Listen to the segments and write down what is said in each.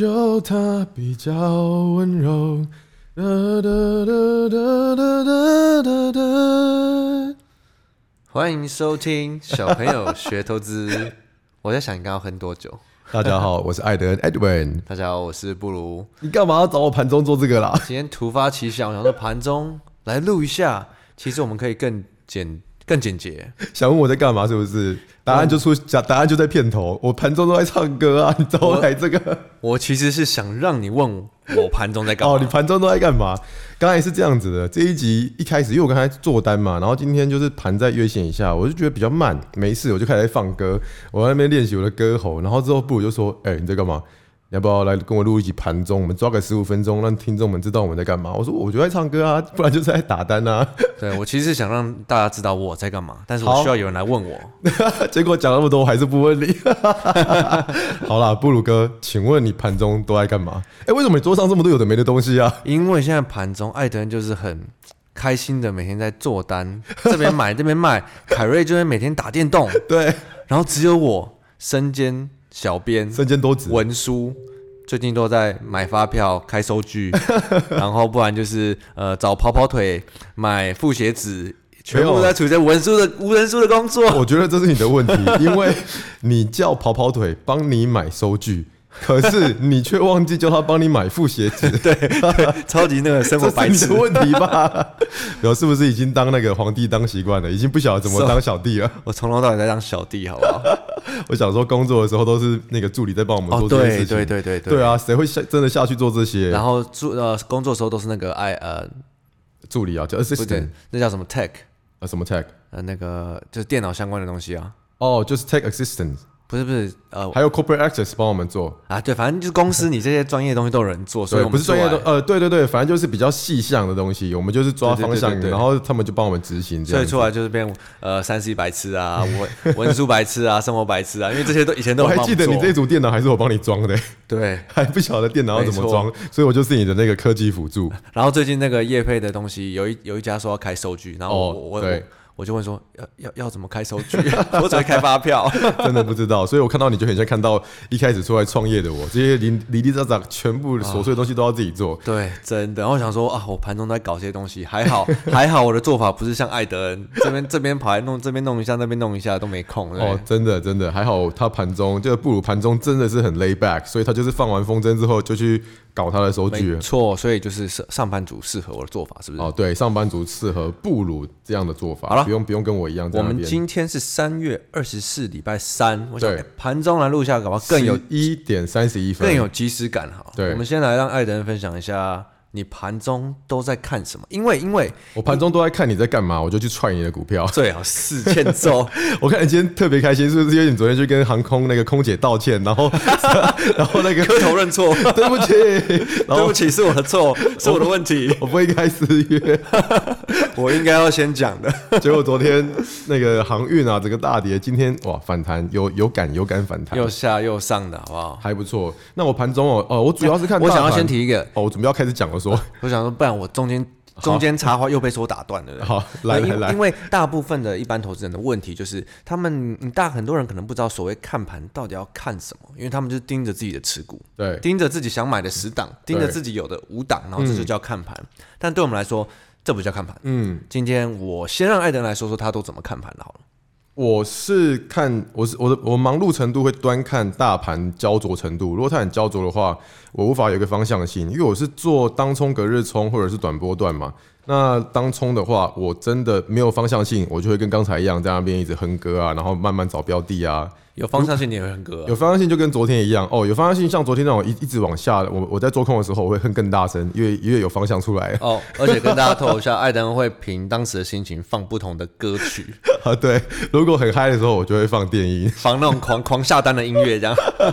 到他比较温柔。哒哒哒哒哒哒哒哒。欢迎收听小朋友学投资。 我在想你刚刚哼多久？大家好，我是艾德恩 Edwin。大家好，我是布鲁。你干嘛要找我盘中做这个啦？今天突发奇想，我想说盘中来录一下。其实我们可以更简、更简洁。 想问我在干嘛是不是？答案就出，答答案就在片头。我盘中都在唱歌啊，你找我来这个？我其实是想让你问我盘中在干嘛。哦，你盘中都在干嘛？刚才是这样子的，这一集一开始，因为我刚才做单嘛，然后今天就是盘在约线以下，我就觉得比较慢，没事，我就开始在放歌，我在那边练习我的歌喉，然后之后布鲁就说：“哎、你在干嘛？你要不要来跟我录一集盘中？我们抓个十五分钟，让听众们知道我们在干嘛。”我说：“我就在唱歌啊，不然就是在打单啊。 对我其实是想让大家知道我在干嘛，但是我好需要有人来问我。”结果讲那么多，我还是不问你。 好啦，布鲁哥，请问你盘中都在干嘛？哎、为什么你桌上这么多有的没的东西啊？因为现在盘中，艾德恩就是很开心的，每天在 做单，这边买这边卖。凯瑞就是每天打电动，对，然后只有我身兼小编、身兼多职。文书，最近都在买发票、开收 据，然后不然就是呃找跑跑腿、买副鞋子，全没部有在处在文书的无人书的工作。 我觉得这是你的问题，因为你叫跑跑腿帮你买收据，可是你却忘记叫他帮你买副鞋 子， 超级那个生活白 这是痴你的。问题吧？ 有是不是已经当那个皇帝当习惯了，已经不晓得怎啊么当小弟了？我从头到尾在当小弟，好不好？我小时候工作的时候都是那个助理在帮我们哦，做这件对事情，对对对对。啊，谁会下真的下去做这些？然后做呃工作的时候都是那个哎呃助理啊，叫不 assistant 对，那叫什么 tech 啊，什么 tech？呃那个就是电脑相关的东西啊，哦，就是 tech assistant，不是不是呃还有 corporate access 帮我们做。啊对，反正就是公司你这些专业的东西都有人做，所以对，我们不是专业做的来，呃，对对对，反正就是比较细项的东西，我们就是抓对对方向，对对对然后他们就帮我们执行这所样以子。出来就是变呃三 C 白 痴啊，文文书白痴啊，生活白痴啊，因为这些都以前都我有还帮记们得做你这组电脑还是我帮你装的， 对，还不晓得电脑要怎么没错装，所以我就是你的那个科技辅助。然后最近那个业配的东西有一有一家说要开收据，然后我、哦我对我我就问说要要要怎么开收据， 我只会开 发票，真的不知道，所以我看到你就很像看到一开始出来创业的我，这些零零零杂杂全啊部琐碎的东西都要自己做。对，真的。然后我想说啊，我盘中在搞这些东西，还好 还好，我的做法不是像艾德恩这边这边跑来弄，这边弄一下，那边弄一下都没空。对哦，真的真的，还好他盘中就是布鲁盘中真的是很 lay back，所以他就是放完风筝之后就去搞他的收据没了。错，所以就是上上班族适合我的做法，是不是？哦，对，上班族适合布鲁这样的做法，好了不用不用跟我一样在我那边。们今天是三月二十四，礼拜三，我想对哎盘中来录一下，搞不好更有一点三十一分，更有即时感哈。对我们先来让艾德恩分享一下你盘中都在看什么，因为因为我盘中都在看你在干嘛，我就去踹你的股票。最好是欠 揍， 我看你今天特别开心，是不是因为你昨天去跟航空那个空姐道歉，然后 然后那个 磕头认错，对不起，然对后不起，是我 的错，是我的问题，我不应该失约。我应该要先讲的。结果昨天那个航运啊，整个大跌，今天哇反弹，有有感有感反弹，又下又上的好不好？还不错。那我盘中哦，哦，我主要是看我大想要盘先提一个，哦，我准备要开始讲了 说，我想说，不然我中间中间插话又被说打断了。对不对好来呃因为来来因为大部分的一般投资人的问题就是，他们嗯大很多人可能不知道所谓看盘到底要看什么，因为他们就盯着自己的持股，对盯着自己想买的十档，盯着自己有的五档，然后这就叫看盘。但对我们来说，这不叫看盘。嗯，今天我先让艾登来说说他都怎么看盘的好了。我是看我是我的我忙碌程度会端看大盘焦灼程度，如果它很焦灼的话，我无法有一个方向性，因为我是做当冲、隔日冲或者是短波段嘛。那当冲的话，我真的没有方向性，我就会跟刚才一样在那边一直哼歌啊，然后慢慢找标的啊。有方向性，你也会很哥、有方向性就跟昨天一样哦，有方向性像昨天那种一一直往下，我我在做空的时候我会哼更大声，因为因为有方向出来 了哦，而且跟大家透露一下，艾登会凭当时的心情放不同的歌曲，啊。对，如果很嗨的时候，我就会放电音。放那种狂狂下单的音乐，这样。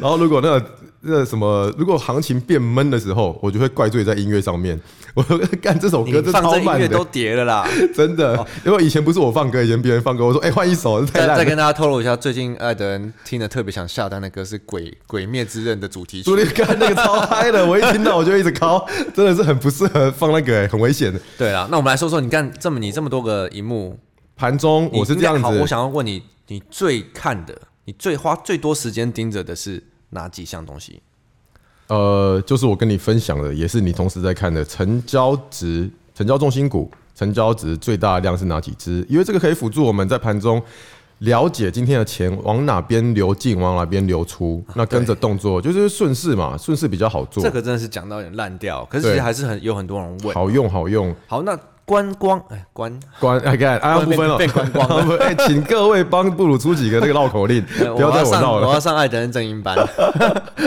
然后如果那个那个什么，如果行情变闷的时候，我就会怪罪在音乐上面。 我就干这首你歌，这放超这音慢乐都的，叠了啦。真的。因为以前不是我放歌，以前别人放歌，我说哎换一首，这太再烂再了。跟大家透露一下，最近艾德恩听了特别想下单的歌是《鬼鬼灭之刃》的主题曲朱。立干那个超嗨的，我一听到我就一直敲，真的是很不适合放那个、哎很危险的。对啦，那我们来说说，你看这么你这么多个荧幕，盘中你我是应这该样好子我，想要问你，你最看的，你最花最多时间盯着的是哪几项东西？呃，就是我跟你分享的，也是你同时在看的成交值、成交重心股、成交值最大量是哪几只？因为这个可以辅助我们在盘中了解今天的钱往哪边流进，往哪边流出。那跟着动作就是顺势嘛，顺势比较好做啊这，个真的是讲到有点烂掉，可是其实对还是很有很多人问。好用好用。好，那观光，哎，观， 关哎看哎被不分了，被关光 哎，请各位帮布鲁出几个这个绕口令，哎不要再 我我上，绕我了，要上艾德恩正音班。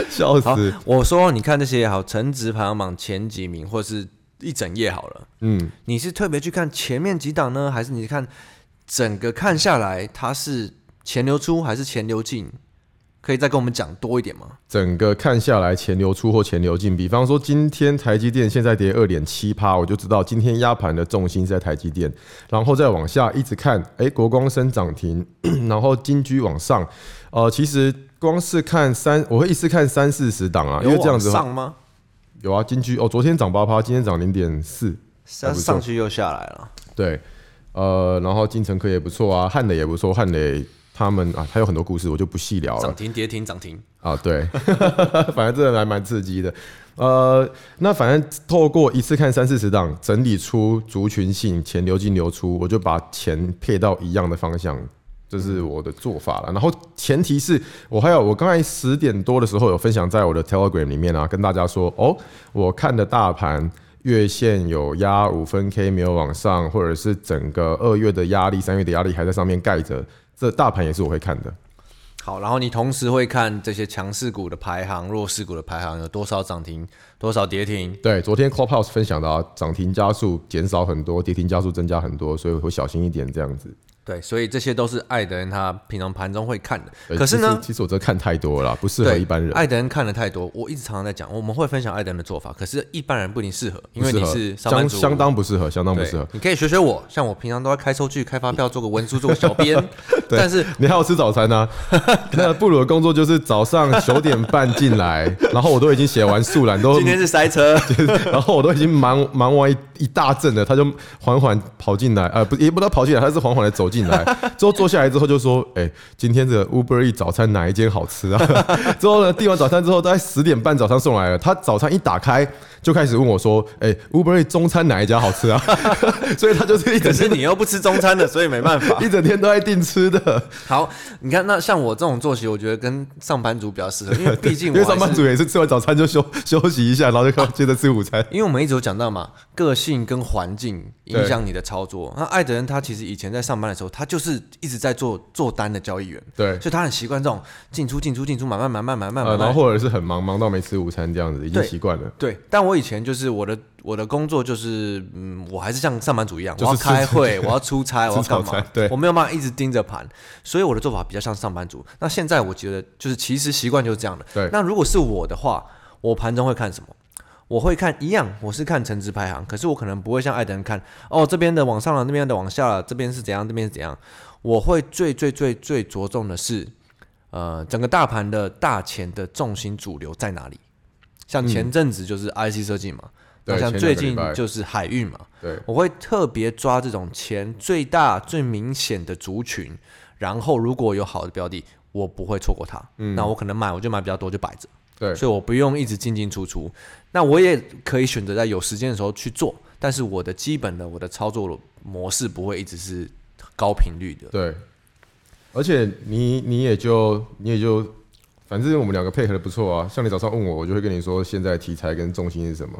笑好死。，我说你看这些也好，成值排行榜前几名，或是一整页好了，嗯，你是特别去看前面几档呢，还是你是看整个看下来它是钱流出还是钱流进？可以再跟我们讲多一点吗？整个看下来，钱流出或钱流进，比方说今天台积电现在跌二点七趴，我就知道今天压盘的重心是在台积电，然后再往下一直看，哎，国光升涨停， 然后金居往上，呃，其实光是看三，我会一次看三四十档啊，因为这样子有的往话上吗？有啊，金居哦，昨天涨八趴，今天涨零点四，还上不错上去又下来了，对，呃，然后金城科也不错啊，汉磊也不错，汉磊他们啊，他有很多故事，我就不细聊了涨。停跌停涨停，啊，对， 反正这还蛮刺激的。呃，那反正透过一次看三四十档，整理出族群性，钱流进流出，我就把钱配到一样的方向，这是我的做法了。然后前提是我还有我刚才十点多的时候有分享在我的 Telegram 里面啊，跟大家说哦，我看的大盘。月线有压五分 K 没有往上，或者是整个二月的压力、三月的压力还在上面盖着，这大盘也是我会看的。好，然后你同时会看这些强势股的排行、弱势股的排行有多少涨停、多少跌停，对，昨天 Clubhouse 分享到涨停加速减少很多，跌停加速增加很多，所以我会小心一点这样子。对，所以这些都是艾德恩他平常盘中会看的。对可是呃其呢实，其实我这看太多了啦，不适合对啊一般人。艾德恩看的太多，我一直常常在讲，我们会分享艾德恩的做法，可是一般人不一定适合，因为不你适合是上班相族，相当不适合，相当哦不对适合。你可以学学我，像我平常都要开收据、开发票、做个文书、做个小 编，但是你还有吃早餐 呢、那布鲁的工作就是早上九点半进来，然后我都已经写完素兰，都今天是塞 车，然后我都已经忙忙完一一大阵了，他就缓缓跑进来，呃，不也不知道跑进来，他是缓缓的走进来， 之后坐下来之后就说，哎、今天这个 Uber E 早餐哪一间好吃啊？ 之后呢，订完早餐之后，大概十点半早上送来了，他早餐一打开就开始问我说，哎、u b e r E 中餐哪一家好吃啊？ 所以他就是一可整 是天你又不吃中餐的，所以没办 法。一整天都在订吃的，好，你看那像我这种作息，我觉得跟上班族比较适 合，因为毕竟因我为还是上班族也是吃完早餐就休休息一下，然后就接着吃午餐。因为我们一直有讲到嘛，个性跟环境影对响你的操作。那艾德恩他其实以前在上班的时候，他就是一直在做做单的交易员， 对所以他很习惯这种进出进出进出，买卖买卖买卖买呃，然后卖。或者是很忙，忙到没吃午餐这样子，已经对习惯了。对，但我以前就是我的我的工作就是，嗯，我还是像上班族一样，就是我要开会，我要 出差，我要干吃早嘛餐？对我没有办法一直盯着盘，所以我的做法比较像上班族。那现在我觉得就是其实习惯就是这样的。对那如果是我的话，我盘中会看什么？我会看一样，我是看成值排行，可是我可能不会像艾德人看哦，这边的往上了，那边的往下了，这边是怎样，这边是怎样。我会最最最最着重的是，呃，整个大盘的大钱的重心主流在哪里？像前阵子就是 IC 设计嘛，嗯对那像前最两个礼近拜就是海运嘛，对，我会特别抓这种钱最大、最明显的族群，然后如果有好的标的，我不会错过它。那我可能买我就买比较多，就摆着。嗯对，所以我不用一直进进出出。那我也可以选择在有时间的时候去做，但是我的基本的我的操作模式不会一直是高频率的。对，而且你你也就你也就，反正我们两个配合的不错啊。像你早上问我，我就会跟你说现在题材跟重心是什么。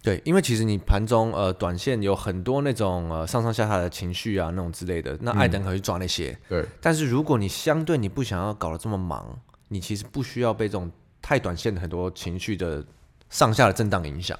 对，因为其实你盘中呃短线有很多那种呃上上下下的情绪啊那种之类的，那艾登可以去抓那些。嗯对，但是如果你相对你不想要搞得这么忙，你其实不需要被这种太短线的很多情绪的上下的震荡影响。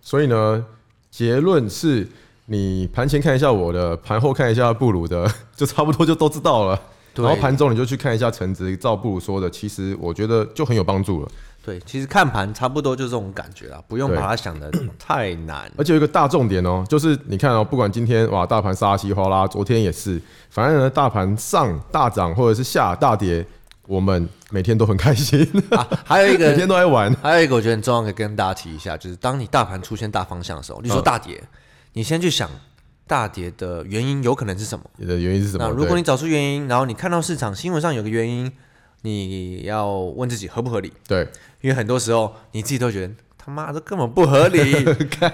所以呢，结论是你盘前看一下我的，盘后看一下布鲁的， 就差不多就都知道了。对然后盘中你就去看一下橙子，照布鲁说的，其实我觉得就很有帮助了。对，其实看盘差不多就这种感觉啦，不用对把它想的太难。 而且有一个大重点哦，就是你看哦，不管今天哇大盘杀稀哗啦，昨天也是，反正呢大盘上大涨或者是下大跌，我们每天都很开心。啊，还有一个 每天都在玩。还有一个我觉得很重要，可以跟大家提一下，就是当你大盘出现大方向的时候，嗯你说大跌，你先去想大跌的原因有可能是什么。你的原因是什么？那如果对你找出原因，然后你看到市场新闻上有个原因，你要问自己合不合理，对，因为很多时候你自己都觉得他妈这根本不 合理，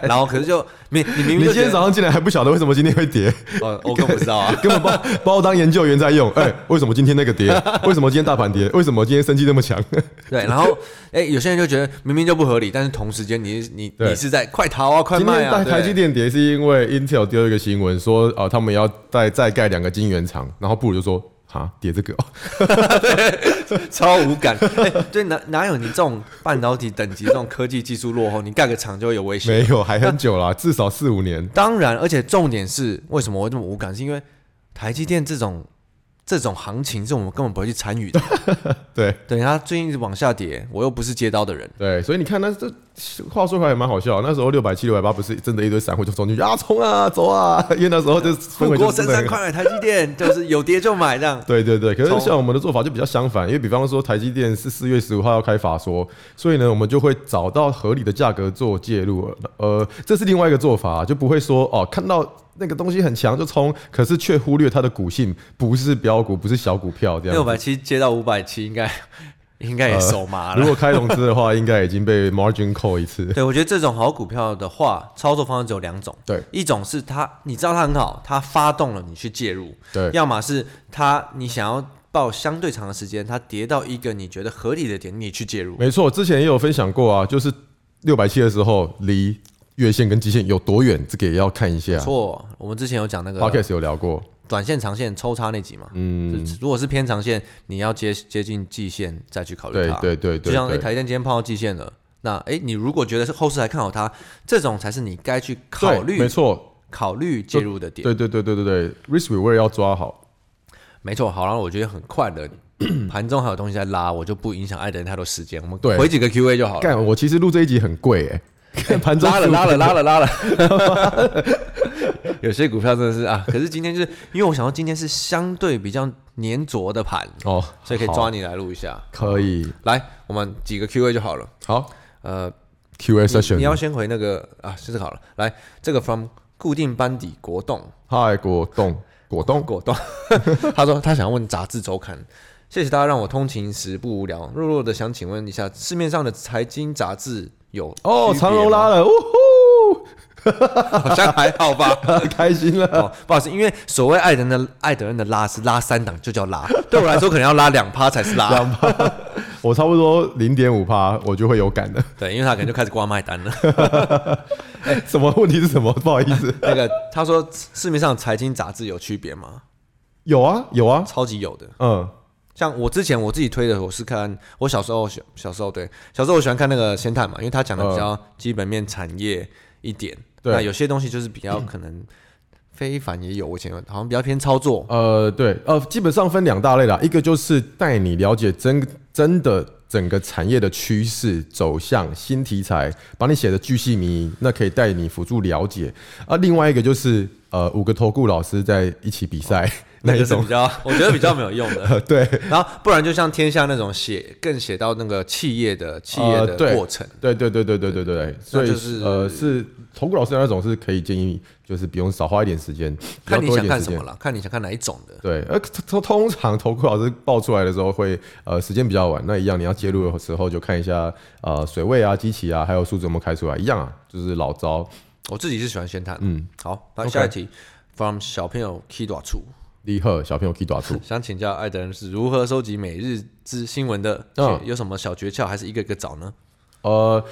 然后可是就你你明你明今就觉天得早上进来还不晓得为什么今天会跌，哦，我更不知道 啊，根本把把我当研究员在 用。哎、为什么今天那个跌？为什么今天大盘跌？为什么今天生气那么强？对，然后哎，有些人就觉得明明就不合理，但是同时间你你对你是在快逃 啊，快今卖天啊，台台积对，电跌是因为 Intel 丢一个新闻说，呃，他们要再再盖两个晶圆厂，然后布鲁就说，哈，跌这个、 哦，超无感，哎，对，哪哪有你这种半导体等级这种科技技术落后，你盖个厂就会有危险。没有，还很久啦，至少四五年。当然，而且重点是，为什么我会这么无感？是因为台积电这种这种行情是我们根本不会去参 与的。对对，它最近一直往下跌，我又不是接刀的人，对，所以你看，那这话说回来也蛮好笑。那时候六百七、六百八，不是真的一堆散户就冲进去啊，冲啊，走啊，因为那时候就氛 富围就国是真神的很山快，台积电就是有跌就买这 样。对对对，可从是像我们的做法就比较相反，因为比方说台积电是四月十五号要开法说，所以呢，我们就会找到合理的价格做介入，呃，这是另外一个做法，就不会说哦，看到那个东西很强就冲，可是却忽略它的股性，不是标股，不是小股票这样。六百七接到五百七，应该 应该也手麻如 了。果开融资的话，应该已经被 margin call 一 次。呃对，我觉得这种好股票的话，操作方式只有两种，对一种是它，你知道它很好，它发动了你去介入，对要么是它你想要报相对长的时间，它跌到一个你觉得合理的点，你去介入，没错，之前也有分享过啊，就是六百七的时候离月线跟季线有多远，这个也要看一下。错，我们之前有讲那个 Podcast 有聊过，短线、长线抽差那集嘛。嗯，如果是偏长线，你要接接近季线再去考虑对它。对对对就像诶对。台电今天碰到季线了，那诶你如果觉得是后市还看好它，这种才是你该去考对没虑错，考虑介入的点。对对对对对对，risk reward 要抓好。没错，好，然后我觉得很 快的，盘中还有东西在拉，我就不影响爱的人太多时间，我们对回几个 Q A 就好了。干，我其实录这一集很贵哎、 看盘中拉了15拉了拉了拉了， 有些股票真的是啊，可是今天就是因为我想到今天是相对比较粘着的盘，哦，所以可以好抓，你来录一下。可以来，我们几个 Q A 就好了。好呃， Q A 你你 session。要先回那个啊，是这个好了。来，这个 from 固定班底国栋嗨，果冻果冻，果栋， 他说他想问杂志周刊。谢谢大家让我通勤时不无聊。弱弱的想请问一下，市面上的财经杂志有哦，区别长荣吗拉，了，呜呼，好像还好吧。开心了。哦，不好意思，因为所谓艾德恩的艾德恩的拉是拉三档就 叫拉，对我来说可能要拉两趴才是拉。我差不多零点五趴，我就会有感的。对，因为他可能就开始挂卖单了。哎什么问题是什么？不好意 思，那个他说市面上财经杂志有区别吗？有啊有啊，超级有的。嗯，像我之前我自己推的，我是看我小时候小小时候对小时候我喜欢看那个《仙探》嘛，因为他讲的比较基本面产业一点。嗯对那有些东西就是比较可能非凡也有，我以前好像比较偏操作。呃，对，呃，基本上分两大类啦，一个就是带你了解真真的整个产业的趋势走向、新题材，把你写的巨细靡遗，那可以带你辅助了解。啊，另外一个就是呃，五个投顾老师在一起比赛、 那那一个是种比，较，我觉得比较没有用的。呃， 对，然后不然就像天下那种写更写到那个企业的企业呃的对过程，对对对对对对对，所以就是呃是投顾老师那种是可以建议，就是不用少花一点时间，比较看你多一想点看时什间么。了，看你想看哪一种的。对，呃，通通常投顾老师报出来的时候会，呃，时间比较晚。那一样，你要介入的时候就看一下，呃，水位啊、机器啊，还有数字有没有开出来，一样啊，就是老招。我自己是喜欢先探。啊嗯，好，那 OK 下一题，from 小朋友 K 多处，。立贺小朋友可以打出想请教艾德恩是如何收集每日之新闻的，嗯有什么小诀窍，还是一个一个找呢？呃，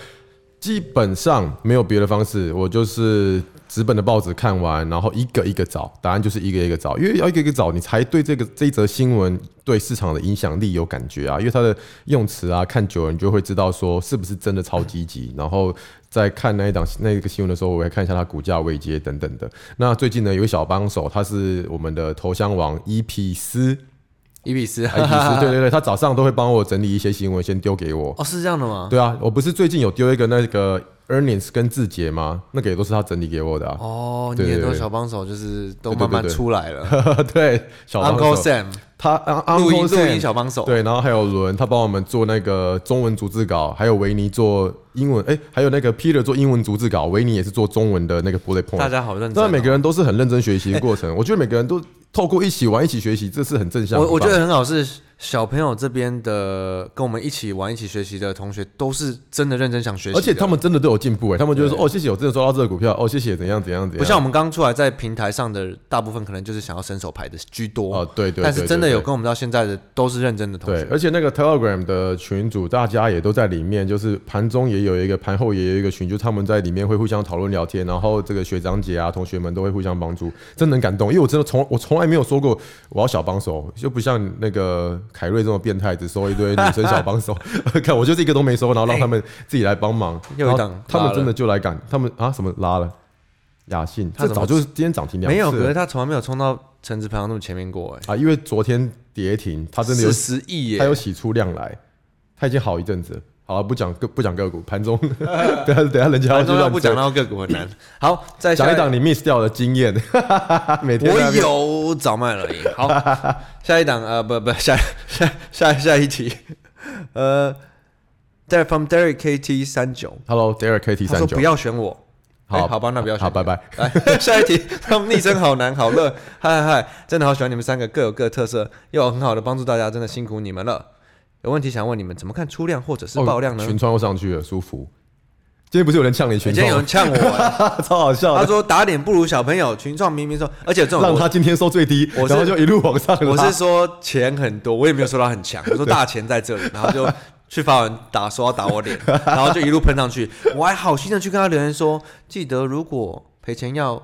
基本上没有别的方式，我就是纸本的报纸看完，然后一个一个找，答案就是一个一个找，因为要一个一个找，你才对这个这一则新闻对市场的影响力有感觉啊，因为它的用词啊，看久了你就会知道说是不是真的超积极，然后。在看那一档那个新闻的时候，我会看一下它股价位阶等等的。那最近呢，有一个小帮手，他是我们的头香王 E 伊皮斯，伊比斯，伊皮斯，，E 对对对，他早上都会帮我整理一些新闻，先丢给我。哦，是这样的吗？对啊，我不是最近有丢一个那个 earnings 跟字节吗？那个也都是他整理给我的啊。哦，你对对很多对小帮手就是都对对慢慢 对对出来了。对，小帮哦 Uncle 手 Sam 他啊录音 Uncle 录音 Sam 小帮手，对，然后还有伦，他帮我们做那个中文逐字稿，还有维尼做英文，哎、还有那个 Peter 做英文逐字稿，维尼也是做中文的那个 bullet 大 point。家好认真那哦。每个人都 是很认真学习的过程，我觉得每个人都透过一起玩、一起学习，这是很正向的我吧。我觉得很好是小朋友这边的跟我们一起玩、一起学习的同学，都是真的认真想学习的，而且他们真的都有进步哎，他们就会说哦，谢谢，我真的收到这个股票，哦，谢谢，怎样怎样怎样。不像我们刚出来在平台上的大部分，可能就是想要伸手牌的居多。哦，对对，但是对真的对有对跟我们到现在的都是认真的同对学，，而且那个 Telegram 的群组，大家也都在里面，就是盘中也有一个，盘后也有一个群，就他们在里面会互相讨论聊天，然后这个学长姐啊、同学们都会互相帮助，真的很感动。因为我真的从我从来没有说过我要小帮手，就不像那个凯瑞这种变态，只收一堆女生小 帮手。看我就是一个都没收，然后让他们自己来帮忙。又一然后档他拉们了真的就来赶，他们啊什么拉了雅信，他这怎早么就是今天涨停两次没有，可了是他从来没有冲到橙子排行那么前面过、啊，因为昨天跌停，他哎，真的有四十亿它耶有！洗出量来，它已经好一阵子了。好了，不讲个不讲个股，盘中 等下等下人家反去正要乱不讲追到个股很难。好，再下讲一档你 miss 掉的经验，每天我在那边有早卖了已。 好，下一档呃不不下下下下一题，呃，在 from Derek KT 三九， Hello Derek KT 他三说九不，要选我。好哎好吧，那不要选好你。拜拜。来， 下一题，他们昵称好难好乐，嗨嗨嗨，真的好喜欢你们三个，各有各的特色，又有很好的帮助大家，真的辛苦你们了。有问题想问你们，怎么看出量或者是爆量呢？哦群创又上去了，舒服。今天不是有人呛你群今天有创吗人，呛我、 哎超好笑他的，说打脸不如小朋友，群创明明说，而且这种让我他今天收最低，我是然后就一路往上拉。我是说钱很多，我也没有说他很强，我说大钱在这里，然后就去发文打说要打 我脸，然后就一路喷上去，我还好心的去跟他留言说，记得如果赔钱要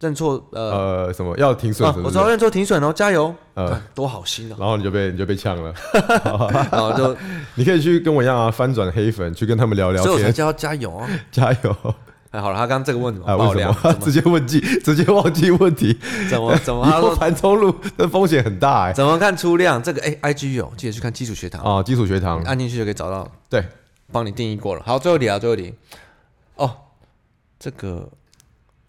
认错，呃，呃什么要停损啊什么我之知类道的，认错停损哦，加油，呃干多好心啊，然后你就被你就被呛了。 啊然后就你可以去跟我一样啊，翻转黑粉去跟他们聊聊所以我才天，叫他加油啊。 加油。哎，好了，他刚刚这个问什么啊，爆为什量？么 直接问记，直接忘记问 题？怎么怎么以他后说盘中路 那风险很大哎、怎么看出量？这个哎，IG 有，记得去看基础学堂，啊，基础学堂，按进去就可以找到，对，帮你定义过了。好，最后一题啊，最后一题。哦，这个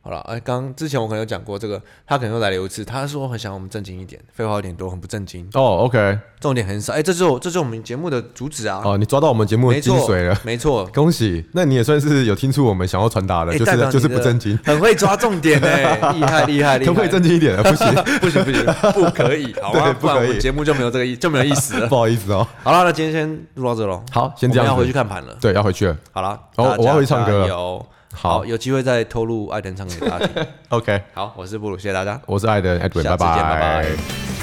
好了，哎，刚之前我可能有讲过这个，他可能又来了一次，他说很想要我们正经一点，废话有点多，很不正经，哦，OK，重点很少。哎，这就是我这就是我们节目的主旨啊，哦，你抓到我们节目的没精错髓了，， 没错，恭喜！那你也算是有听出我们想要传达的，哎就代表是你就是的不正经，很会抓重点哎， 厉害厉害厉可不可害以。正经一 点啊？不行，不行不行，不 可以，好吧对，不然我不可们以节目就没有这个意，就没有意思 了。不好意思哦。好了，那今天先录到这喽。好先这样我们要子回去看盘了。对，要回去了。好了，哦大家我要回去唱歌了加油好好，有机会再透露爱登唱给大家听。 OK，好，我是布鲁，谢谢大家。我是爱的 Edwin，下次见拜拜拜